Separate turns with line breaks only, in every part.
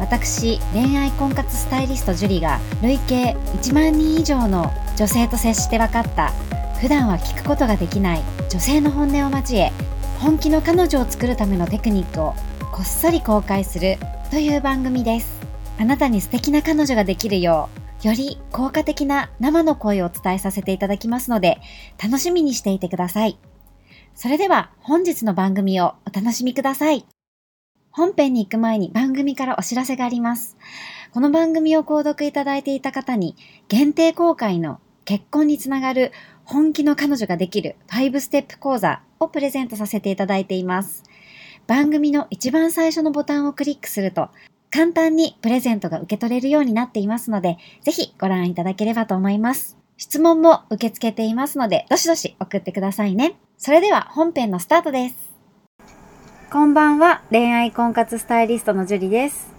私恋愛婚活スタイリストジュリが累計1万人以上の女性と接して分かった普段は聞くことができない女性の本音を交え本気の彼女を作るためのテクニックをこっそり公開するという番組ですあなたに素敵な彼女ができるようより効果的な生の声をお伝えさせていただきますので楽しみにしていてくださいそれでは本日の番組をお楽しみください本編に行く前に番組からお知らせがあります。この番組を購読いただいていた方に、限定公開の結婚につながる本気の彼女ができる5ステップ講座をプレゼントさせていただいています。番組の一番最初のボタンをクリックすると、簡単にプレゼントが受け取れるようになっていますので、ぜひご覧いただければと思います。質問も受け付けていますので、どしどし送ってくださいね。それでは本編のスタートです。こんばんは、恋愛婚活スタイリストのジュリです。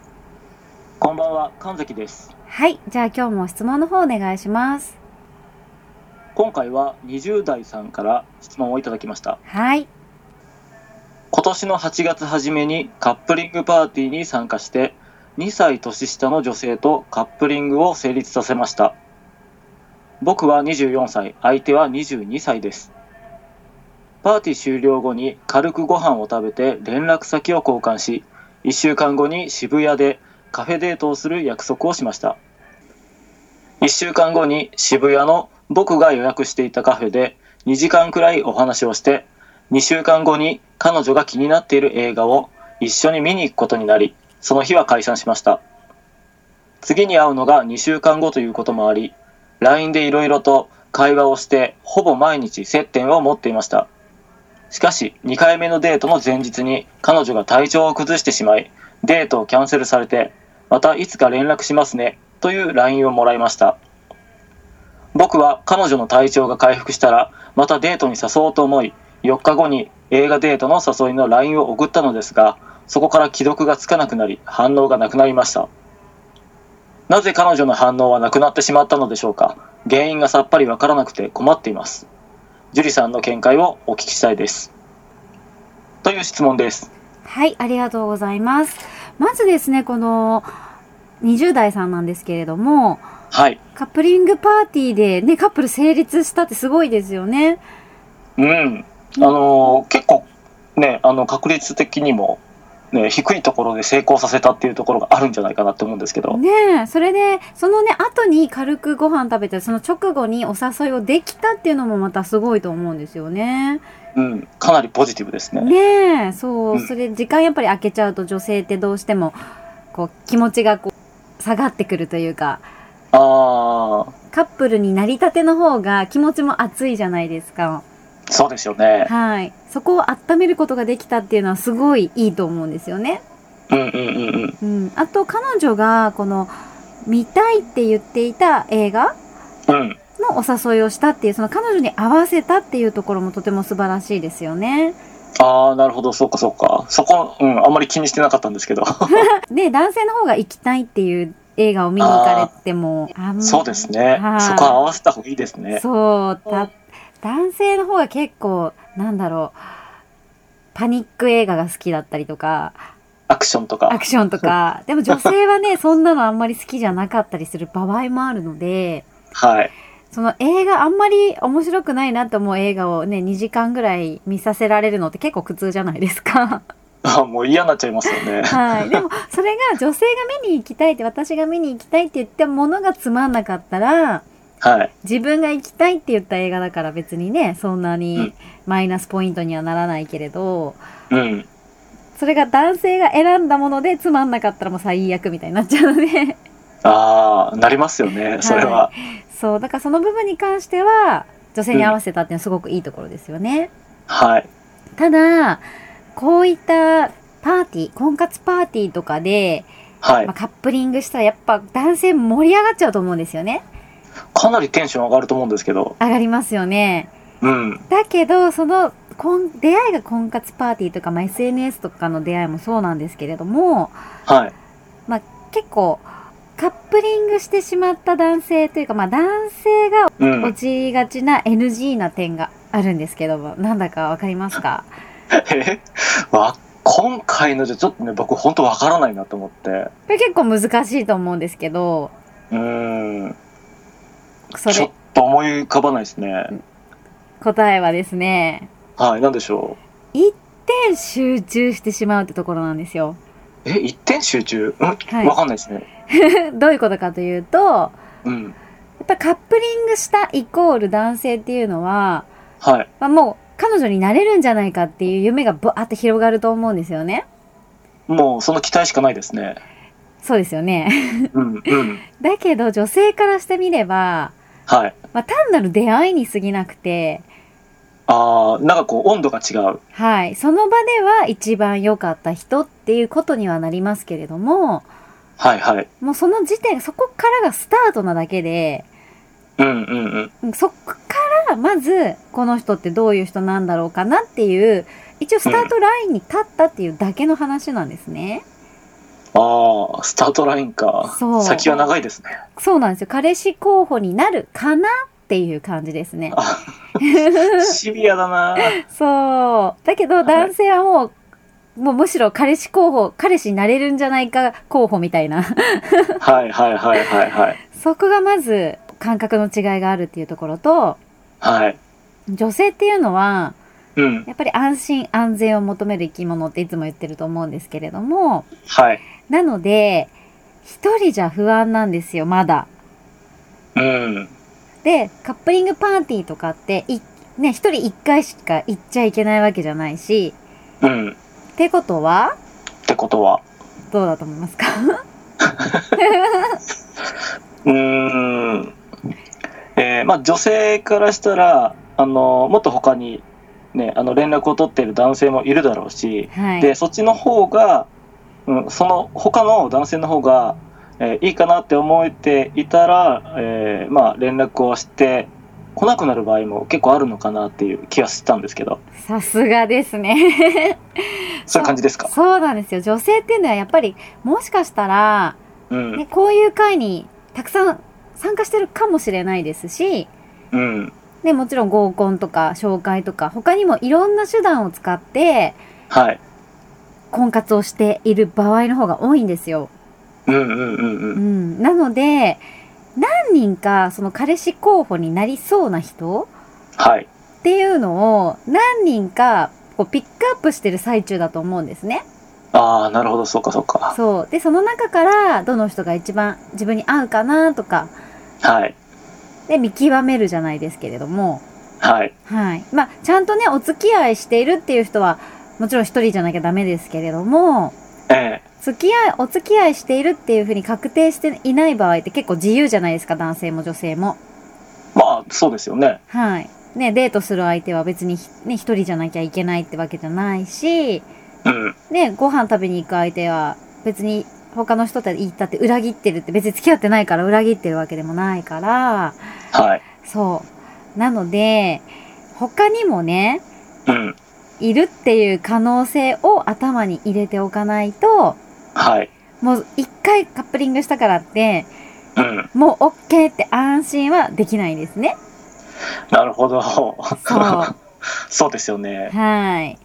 こんばんは、神崎です。
はい、じゃあ今日も質問の方お願いします。
今回は20代さんから質問をいただきました。
はい、
今年の8月初めにカップリングパーティーに参加して、2歳年下の女性とカップリングを成立させました。僕は24歳、相手は22歳です。パーティー終了後に軽くご飯を食べて連絡先を交換し、1週間後に渋谷でカフェデートをする約束をしました。1週間後に渋谷の僕が予約していたカフェで2時間くらいお話をして、2週間後に彼女が気になっている映画を一緒に見に行くことになり、その日は解散しました。次に会うのが2週間後ということもあり、LINE でいろいろと会話をして、ほぼ毎日接点を持っていました。しかし、2回目のデートの前日に彼女が体調を崩してしまい、デートをキャンセルされて、またいつか連絡しますね、という LINE をもらいました。僕は彼女の体調が回復したら、またデートに誘おうと思い、4日後に映画デートの誘いの LINE を送ったのですが、そこから既読がつかなくなり、反応がなくなりました。なぜ彼女の反応はなくなってしまったのでしょうか原因がさっぱりわからなくて困っています。樹里さんの見解をお聞きしたいです。という質問です。
はい、ありがとうございます。まずですね、この20代さんなんですけれども、
はい。
カップリングパーティーでね、カップル成立したってすごいですよね。
うん。あのー結構ね、あの、確率的にも、ね、低いところで成功させたっていうところがあるんじゃないかなって思うんですけど。
ねえ、それで、そのね、後に軽くご飯食べて、その直後にお誘いをできたっていうのもまたすごいと思うんですよね。
うん。かなりポジティブですね。
ねえ、そう、
うん
それ時間やっぱり空けちゃうと女性ってどうしても、こう、気持ちがこう、下がってくるというか、
ああ、
カップルになりたての方が気持ちも熱いじゃないですか。
そうですよね。
はい。そこを温めることができたっていうのはすごいいいと思うんですよね。
うんうんうんうん。
うん。あと、彼女が、この、見たいって言っていた映画
うん。
のお誘いをしたっていう、その彼女に合わせたっていうところもとても素晴らしいですよね。
ああ、なるほど、そうかそうか。そこ、うん、あんまり気にしてなかったんですけど。
で、男性の方が行きたいっていう映画を見に行かれても、あんま
そうですね
は。い
そこは合わせた方がいいですね。
そう、だ、男性の方が結構、なんだろう、パニック映画が好きだったりとか、
アクションと
ア
か。
クションとか、でも女性はね、そんなのあんまり好きじゃなかったりする場合もあるので、
はい。
その映画、あんまり面白くないなと思う映画をね、2時間ぐらい見させられるのって結構苦痛じゃないですか。
あもう嫌になっちゃいますよね。
はい。でも、それが女性が見に行きたいって、私が見に行きたいって言っても物がつまんなかったら、
はい。
自分が行きたいって言った映画だから別にね、そんな
う
に
ん
マイナスポイントにはならないけれど、
うん。
それが男性が選んだものでつまんなかったらもう最悪みたいになっちゃうので、
ああ、なりますよね、それは。
そう、だからその部分に関しては、女性に合わせたっていうのはすごくいいところですよね。
はい。
ただ、こういったパーティー、婚活パーティーとかで、
はい
まあ、。カップリングしたらやっぱ男性盛り上がっちゃうと思うんですよね。
かなりテンション上がると思うんですけど、
上がりますよね。
うん、
だけど、その、こん出会いが婚活パーティーとか、まあ、SNS とかの出会いもそうなんですけれども、
はい、
結構、カップリングしてしまった男性というか、まあ、男性が
うん、え
落ちがちな NG な点があるんですけども、なんだかわかりますか
わ今回のじゃちょっとね、僕本当わからないなと思って、
これ結構難しいと思うんですけど、
うーん、
そ
ちょっ
れ、
と思い浮かばないですね。
答えはですね、
はい、なんでしょ
一点集中してしまうってところなんですよ。
う。え、一点集中うん、わ
はい
かんないですね。
どういうことかというと、や
うん、
っぱカップリングしたイコール男性っていうのは、
はい、
まあ、もう彼女になれるんじゃないかっていう夢がブワーって広がると思うんですよね。
もうその期待しかないで すね。
そうですよね。
うん、うん、
だけど女性からしてみれば、
はい。
まあ、単なる出会いに過ぎなくて、
あー、なんかこう温度が違う。
はい。その場では一番良かった人っていうことにはなりますけれども、
はい、はい。
もうその時点、そこからがスタートなだけで、
うん、うん、うん。
そこからまずこの人ってどういう人なんだろうかなっていう、一応スタートラインに立ったっていうだけの話なんですね。
あー、スタートラインか
そう。
先は長いですね。
そうなんですよ。彼氏候補になるかなっていう感じです ね。
あシビアだな
そう。だけど男性はもう、もうむしろ彼氏候補、彼氏になれるんじゃないか候補みたいな。
はいはいはいはいはい。
そこがまず感覚の違いがあるっていうところと、
はい。
女性っていうのは、
うん。
やっぱり安心安全を求める生き物っていつも言ってると思うんですけれども、
はい。
なので、一人じゃ不安なんですよ、まだ。
うん。
で、カップリングパーティーとかって、いね、一人一回しか行っちゃいけないわけじゃないし、
うん。っ
ってことは、
てことは。
どうだと思いますか
うーん。えー、まあ女性からしたら、あの、もっと他に、ね、あの連絡を取っている男性もいるだろうし、
はい。
で、そっちの方が、うん、その他の男性の方が、えーいいかなって思えていたら、えーまあ連絡をして来なくなる場合も結構あるのかなっていう気がしたんですけど、
さすがですね。
そういう感じですか。
そうなんですよ。女性っていうのはやっぱり、もしかしたら、
うん。
ね、こういう会にたくさん参加してるかもしれないですし、
うん。
ね、もちろん合コンとか紹介とか、他にもいろんな手段を使って、
はい。
婚活をしている場合の方が多いんですよ。
うんうんうんう。
うんん。なので、何人か、その彼氏候補になりそうな人
はい。
っていうのを、何人か、こう、ピックアップしてる最中だと思うんですね。
ああ、なるほど、そうかそうか。
そう。で、その中から、どの人が一番自分に合うかなとか、
はい。
で、見極めるじゃないですけれども、
はい。
はい。まあ、ちゃんとね、お付き合いしているっていう人は、もちろん一人じゃなきゃダメですけれども、
ええ
付き合い、お付き合いしているっていうふうに確定していない場合って結構自由じゃないですか、男性も女性も。
まあ、そうですよね。
はい。ね、デートする相手は別にひ、ね、一人じゃなきゃいけないってわけじゃないし、
うん。
ね、ご飯食べに行く相手は別に他の人と言ったって裏切ってるって別に付き合ってないから裏切ってるわけでもないから、
はい。
そう。なので、他にもね、
うん。
いるっていう可能性を頭に入れておかないと、
はい。
もう一回カップリングしたからって、
うん。
もう OK って安心はできないんですね。
なるほど。
そう。は
そうですよね。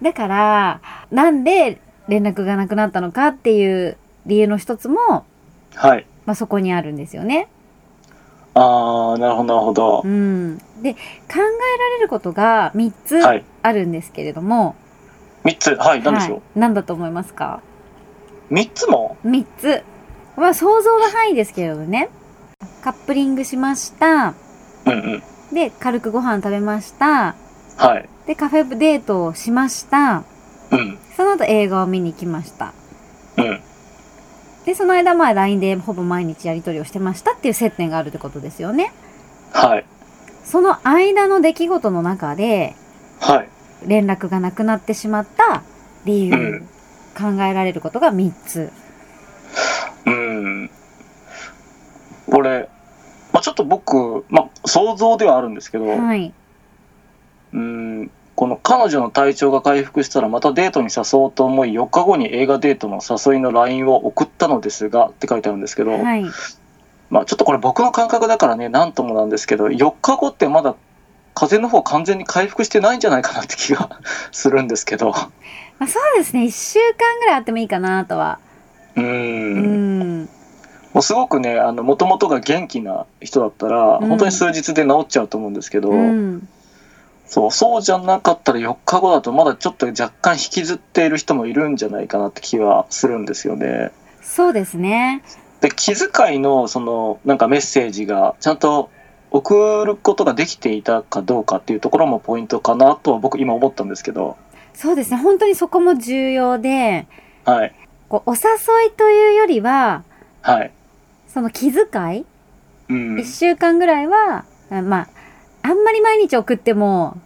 い。だから、なんで連絡がなくなったのかっていう理由の一つも、
はい。
まあ、そこにあるんですよね。
ああ、なるほど、なるほど
う。ん。で、考えられることが3つ
はい。
あるんですけれども、
三つ。はい、なんでしょう
は。い、何だと思いますか
三、つも
?3 つ。まあ、想像の範囲ですけれどね。カップリングしました。
うんうん。
で、軽くご飯食べました。
はい。
で、カフェデートをしました。
うん。
その後映画を見に行きました。
うん。
で、その間、まあ、LINE でほぼ毎日やり取りをしてましたっていう接点があるってことですよね。
はい。
その間の出来事の中で、
はい。
連絡がなくなってしまった理由、
うん
考えられることが3つ。
うん。俺、まあ、まあ、ちょっと僕、まあ、想像ではあるんですけど、
はい。
うんこの彼女の体調が回復したらまたデートに誘おうと思い4日後に映画デートの誘いの LINE を送ったのですがって書いてあるんですけど、
はい。
まあ、ちょっとこれ僕の感覚だからね何ともなんですけど4日後ってまだ風邪の方完全に回復してないんじゃないかなって気がするんですけど
まあ、そうですね。一週間ぐらいあってもいいかなとは。
う
うんん。
もうすごくねもともとが元気な人だったら
うん
本当に数日で治っちゃうと思うんですけど、
うん。
そうそうじゃなかったら4日後だとまだちょっと若干引きずっている人もいるんじゃないかなって気はするんですよね。
そうですね。
で気遣いのそのなんかメッセージがちゃんと送ることができていたかどうかっていうところもポイントかなとは僕今思ったんですけど、
そうですね。本当にそこも重要で、
はい、
こう、お誘いというよりは、
はい、
その気遣い
うん
一、週間ぐらいは、あまあ、あんまり毎日送っても、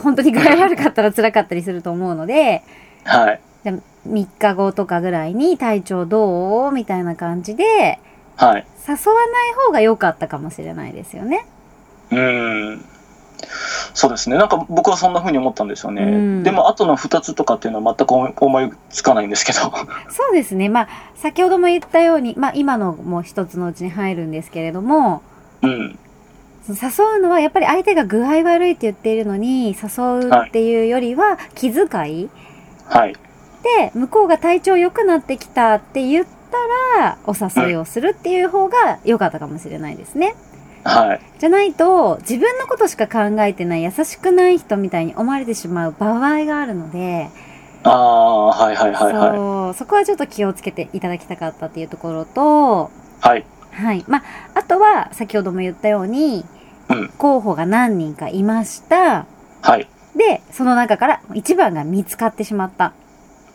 本当に具合悪かったら辛かったりすると思うので、
はい、
じゃあ3日後とかぐらいに体調どうみたいな感じで、
はい、
誘わない方が良かったかもしれないですよね。
うん。そうですね。なんか僕はそんな風に思ったんですよね。
うん
でも後の2つとかっていうのは全く思いつかないんです けど。
そうですね。まあ、先ほども言ったように、まあ今のも一つのうちに入るんですけれども、
うん、
その誘うのはやっぱり相手が具合悪いって言っているのに誘うっていうよりは気遣い
はい、
で向こうが体調良くなってきたって言ったらお誘いをするっていう方が良かったかもしれないですね。
はい。
じゃないと自分のことしか考えてない優しくない人みたいに思われてしまう場合があるので、
ああ、はいはいはいはい。
そうそこはちょっと気をつけていただきたかったっていうところと、
はい。
はい。まあ、あとは先ほども言ったように、
うん
候補が何人かいました。
はい。
で、その中から1番が見つかってしまった。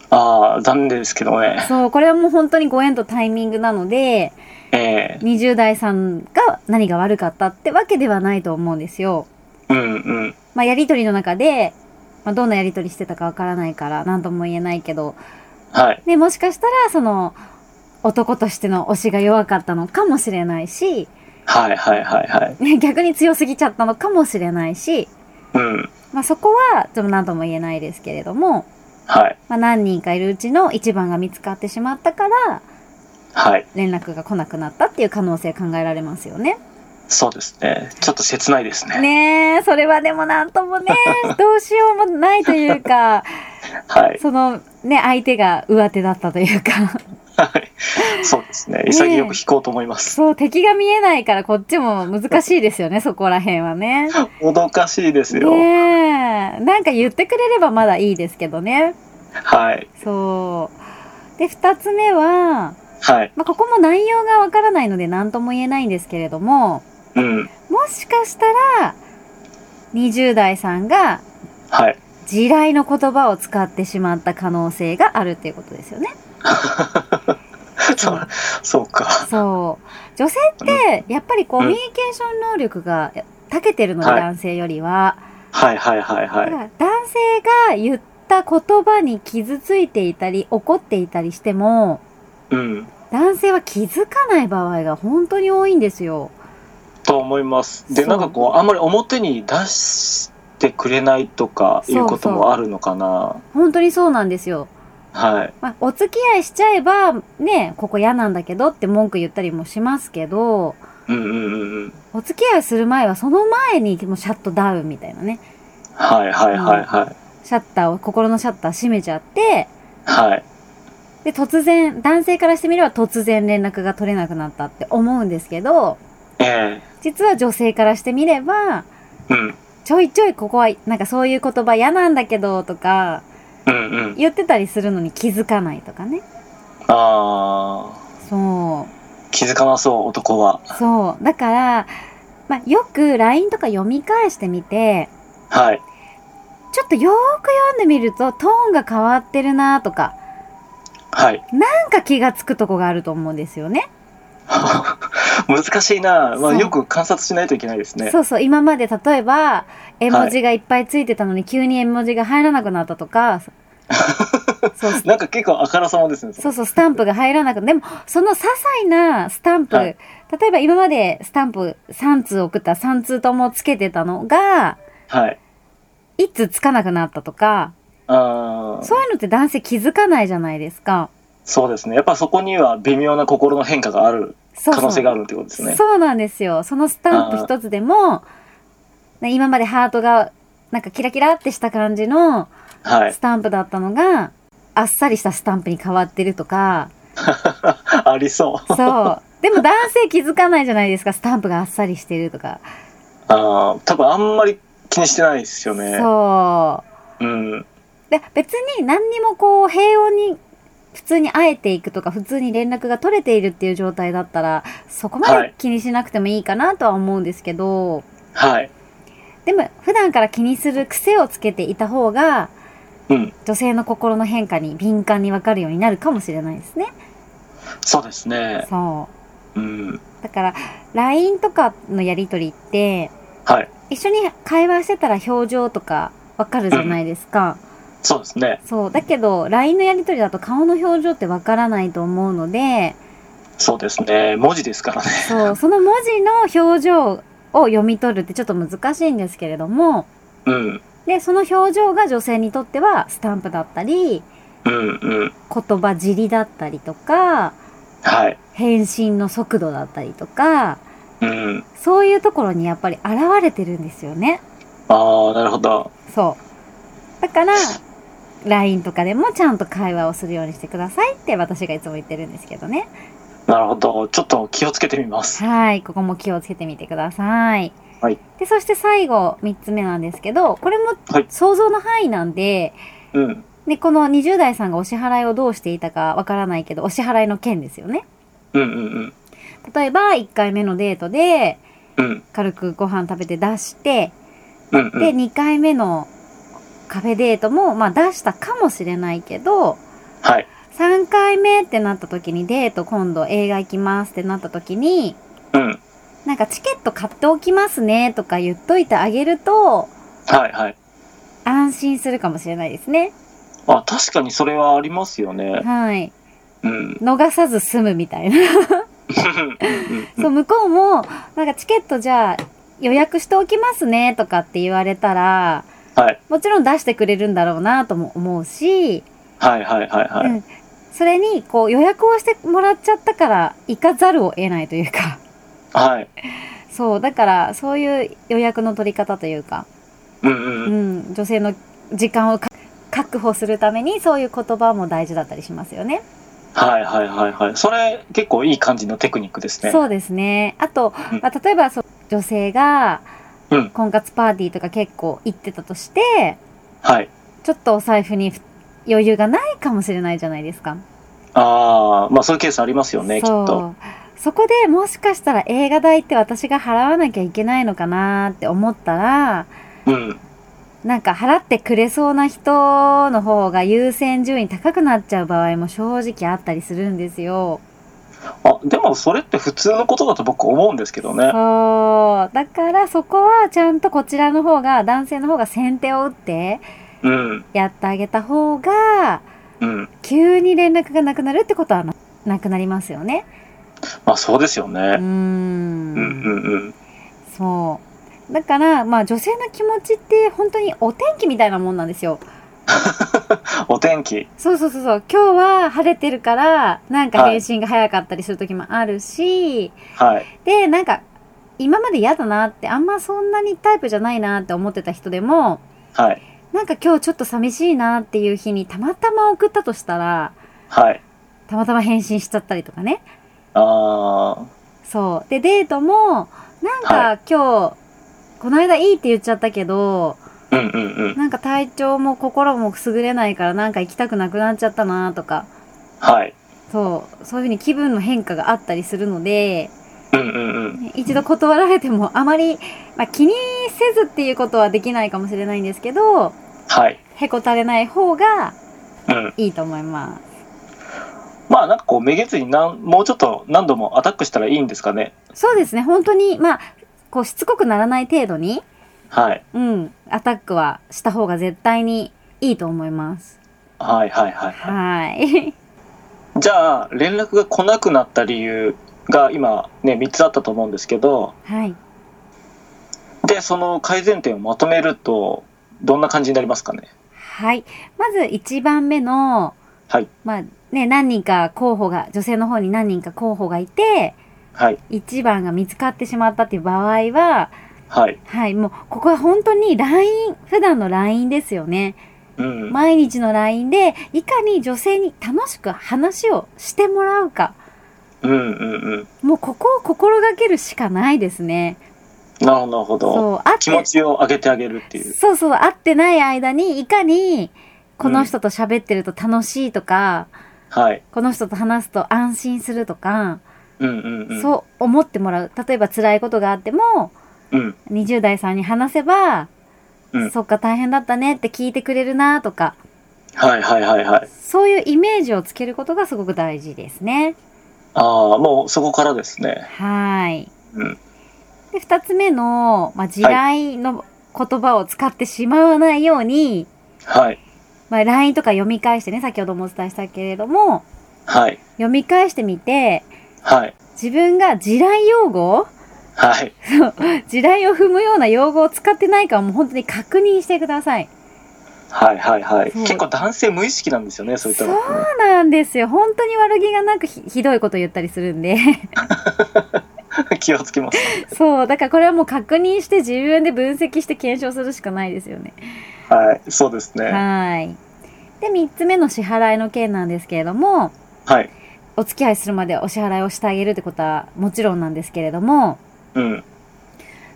ああ、残念ですけどね。
そう、これはもう本当にご縁とタイミングなので、
ええ
20代さんが何が悪かったってわけではないと思うんですよ。
うんうん。
まあ、やりとりの中で、まあ、どんなやりとりしてたかわからないから、何とも言えないけど、
はい。
ね、もしかしたら、その、男としての推しが弱かったのかもしれないし、
はいはいはいはい。
ね、逆に強すぎちゃったのかもしれないし、
うん。
まあ、そこは、ちょっと何とも言えないですけれども、
はい。
まあ、何人かいるうちの1番が見つかってしまったから、
はい。
連絡が来なくなったっていう可能性考えられますよね。
そうですね。ちょっと切ないですね。
ねえ、それはでもなんと もね、どうしようもないというか、
はい。
そのね、相手が上手だったという か、
はい。そうですね。潔く引こうと思います。
そう、敵が見えないからこっちも難しいですよね、そこら辺はね。
もどかしいですよ。
ねえ、なんか言ってくれればまだいいですけどね。
はい。
そう。で、二つ目は、
はい。
まあ、ここも内容がわからないので何とも言えないんですけれども、
うん。
もしかしたら、20代さんが
はい。
地雷の言葉を使ってしまった可能性があるっていうことですよね。
そう、そうか。
そう。女性って、やっぱりコミュニケーション能力が長けてるので、
はい
男性よりは。
はいはいはいは
だか
い。
ら男性が言った言葉に傷ついていたり、怒っていたりしても、
うん。
男性は気づかない場合が本当に多いんですよ。
と思います。
そ
で、
う
なんかこう、あんまり表に出してくれないとかいうこともあるのかな。
本当にそうなんですよ。
はい。
まあ、お付き合いしちゃえば、ね、ここ嫌なんだけどって文句言ったりもしますけど、
うんうんうんうん。
お付き合いする前はその前にもうシャットダウンみたいなね。
はいはいはいはい。
シャッターを、心のシャッター閉めちゃって、
はい。
で、突然、男性からしてみれば突然連絡が取れなくなったって思うんですけど、
ええ
実は女性からしてみれば、
うん。
ちょいちょいここは、なんかそういう言葉嫌なんだけどとか、
うんうん。
言ってたりするのに気づかないとかね。
ああ。
そう。
気づかなそう、男は。
そう。だから、まあ、よく LINE とか読み返してみて、
はい。
ちょっとよーく読んでみるとトーンが変わってるなとか、
はい。
なんか気がつくとこがあると思うんですよね。
難しいな。ま
そ
あ、
う
よく観察しないといけないですね。
そうそう、今まで例えば、絵文字がいっぱいついてたのに急に絵文字が入らなくなったと か、そう
なんか結構あからさまですね。
そうそう、スタンプが入らなくでも、その些細なスタンプ
はい
例えば今までスタンプ3通送ったら3通ともつけてたのが、
はい。
1通つかなくなったとか、
あー
そういうのって男性気づかないじゃないですか。
そうですね。やっぱそこには微妙な心の変化がある
そうそ
可
う
能性があるってことですね。
そうなんですよ。そのスタンプ一つでも、ね今までハートが、なんかキラキラってした感じの
はい
ス。タンプだったのが、あっさりしたスタンプに変わってると か、
ありそ
そ
う。
う。でも男性気づかないじゃないですか、スタンプがあっさりしてるとか。
あー多分あんまり気にしてないですよね。
そ
うん。
う。で、別に何にもこう、平穏に、普通に会えていくとか、普通に連絡が取れているっていう状態だったら、そこま
は
で
い
気にしなくてもいいかなとは思うんですけど、
はい。
でも普段から気にする癖をつけていた方が
うん。
女性の心の変化に敏感に分かるようになるかもしれないですね。
そうですね。
そ
うん。
う。だから LINE とかのやりとりって
はい。
一緒に会話してたら表情とか分かるじゃないですか。
そうですね。
そう。だけど LINE のやりとりだと顔の表情って分からないと思うので、
そうですね。文字ですからね。
そう、その文字の表情を読み取るってちょっと難しいんですけれども、
うん。
で、その表情が女性にとってはスタンプだったり、
うん。うん。
言葉尻だったりとか
はい。
返信の速度だったりとか
うん。
そういうところにやっぱり現れてるんですよね
ああ、なるほど。
そうだから LINE とかでもちゃんと会話をするようにしてくださいって私がいつも言ってるんですけどね
なるほど。ちょっと気をつけてみます。
はいここも気をつけてみてください、
はい、
でそして最後3つ目なんですけどこれも
はい
想像の範囲なんで、
うん。
ね、この20代さんがお支払いをどうしていたかわからないけどお支払いの件ですよね
うんうん
例えば1回目のデートで
うん。うん。
軽くご飯食べて出して、
うんう
で、
ん。
2回目のカフェデートも、まあ出したかもしれないけど、
はい。
3回目ってなった時にデート今度映画行きますってなった時に、
うん。
なんかチケット買っておきますねとか言っといてあげると、
はいはい。
安心するかもしれないですね。
あ、確かにそれはありますよね。
はい。
うん。
逃さず済むみたい な。
うん
そう、向こうも、なんかチケットじゃあ予約しておきますねとかって言われたら、
はい。
もちろん出してくれるんだろうなとも思うし、
はいはいはいは
う
い。
ん、それにこう予約をしてもらっちゃったから行かざるを得ないというか
はい。
そうだからそういう予約の取り方というか、
うんうん
う
うん。
ん、女性の時間をか確保するためにそういう言葉も大事だったりしますよね。
はいはいはいはい。それ結構いい感じのテクニックですね。
そうですねあと、
うん
まあ、例えばそう女性が
うん
婚活パーティーとか結構行ってたとして
はい。
ちょっとお財布に余裕がないかもしれないじゃないですか。
ああ、まあそういうケースありますよね、きっと。
そうそこでもしかしたら映画代って私が払わなきゃいけないのかなって思ったら
うん。
なんか払ってくれそうな人の方が優先順位高くなっちゃう場合も正直あったりするんですよ。
あ、でもそれって普通のことだと僕思うんですけどね。
そうだからそこはちゃんとこちらの方が男性の方が先手を打って
うん。
やってあげた方が
うん。
急に連絡がなくなるってことはななくなりますよね。
まあそうですよ
うん
ね。うんうんうん。
そう。だから、まあ女性の気持ちって本当にお天気みたいなもんなんですよ。
お天気。
そうそうそうそう。今日は晴れてるから、なんか
はい
返信が早かったりする時もあるし、
はい。
で、なんか今まで嫌だなって、あんまそんなにタイプじゃないなって思ってた人でも、
はい。
なんか今日ちょっと寂しいなっていう日にたまたま送ったとしたら、
はい。
たまたま返信しちゃったりとかね。
あ
そう。で、デートも、なん
は
か今日、この間いいって言っちゃったけど、
あ。うんうんうん。
なんか体調も心も優れないからなんか行きたくなくなっちゃったなとか、
はい。
そう、そういうふうに気分の変化があったりするので、
うんうんうん。
一度断られてもあまり、まあ、気にせずっていうことはできないかもしれないんですけど、
はい。
へこたれない方が
うん。
いいと思います。
まあなんかこうめげずになんもうちょっと何度もアタックしたらいいんですかね。
そうですね、本当に、まあ、こうしつこくならない程度に、
はい。
うん、アタックはした方が絶対にいいと思います。
はいはいはい。
はい。
じゃあ連絡が来なくなった理由が今ね3つあったと思うんですけど
はい。
でその改善点をまとめるとどんな感じになりますかね
はい。まず1番目の、
はい
まあね、何人か候補が、女性の方に何人か候補がいて、
はい
1番が見つかってしまったっていう場合は、
はい
はい、もう、ここは本当に LINE、普段の LINE ですよね。
うん
毎日の LINE で、いかに女性に楽しく話をしてもらうか。
うんうんうん
もうここを心がけるしかないですね。
なるほどなるほど
そう、あっ
気持
て、
ちを上げてあげるっていう
そうそう、会ってない間に、いかに、この人と喋ってると楽しいとか、
はい
この人と話すと安心するとか、
うんうんうん
そう思ってもらう。例えば辛いことがあっても、
うん
20代さんに話せば、
うん
そっか大変だったねって聞いてくれるなとか、
はいはいはいはい
そういうイメージをつけることがすごく大事ですね。
ああもうそこからですね
はい。
うん
で、二つ目の、まあ、地雷の言葉を使ってしまわないように、
はい
まあ、LINE とか読み返してね、先ほどもお伝えしたけれども、
はい
読み返してみて、
はい
自分が地雷用語
はい
地雷を踏むような用語を使ってないかをもう本当に確認してください。
はいはいはい
そう
結構男性無意識なんですよねそういったのってね
そうなんですよ。本当に悪気がなくひひどいこと言ったりするんで。
気をつけます
そう。だからこれはもう確認して自分で分析して検証するしかないですよね。
はいそうですね
はい。で、3つ目の支払いの件なんですけれども、
はい
お付き合いするまでお支払いをしてあげるってことはもちろんなんですけれども、
うん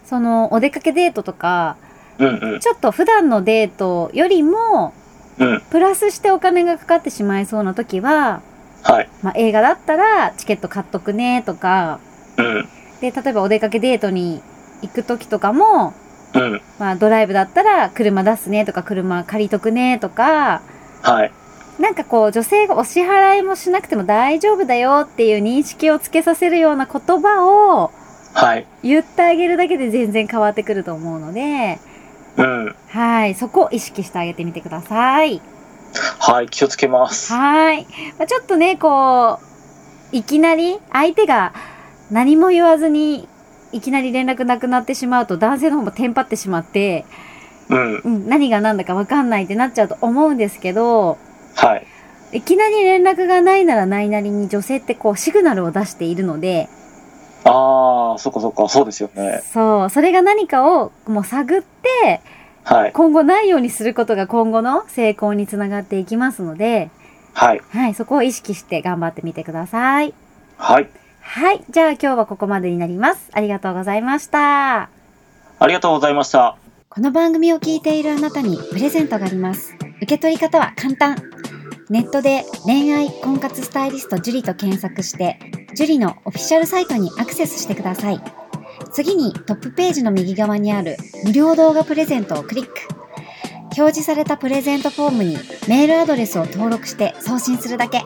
そのお出かけデートとか、
うんうん
ちょっと普段のデートよりも、
うん
プラスしてお金がかかってしまいそうな時は、
はい
まあ、映画だったらチケット買っとくねとか、
うん
で、例えばお出かけデートに行く時とかも、
うん
まあドライブだったら車出すねとか車借りとくねとか、
はい
なんかこう女性がお支払いもしなくても大丈夫だよっていう認識をつけさせるような言葉を
はい
言ってあげるだけで全然変わってくると思うので、
うん
はい、そこを意識してあげてみてください。
はい気をつけます
はい。まあ、ちょっとね、こう、いきなり相手が何も言わずに、いきなり連絡なくなってしまうと男性の方もテンパってしまって、
うん
うん、何が何だかわかんないってなっちゃうと思うんですけど、
はい
いきなり連絡がないならないなりに女性ってこうシグナルを出しているので、
ああそっかそっかそうですよね
そう、それが何かをもう探って、
はい
今後ないようにすることが今後の成功につながっていきますので、
はい
はい、そこを意識して頑張ってみてください。
はい
はい、じゃあ今日はここまでになります。ありがとうございました。
ありがとうございました
この番組を聞いているあなたにプレゼントがあります。受け取り方は簡単。ネットで恋愛婚活スタイリスト樹里と検索して、樹里のオフィシャルサイトにアクセスしてください。次にトップページの右側にある無料動画プレゼントをクリック。表示されたプレゼントフォームにメールアドレスを登録して送信するだけ。ポ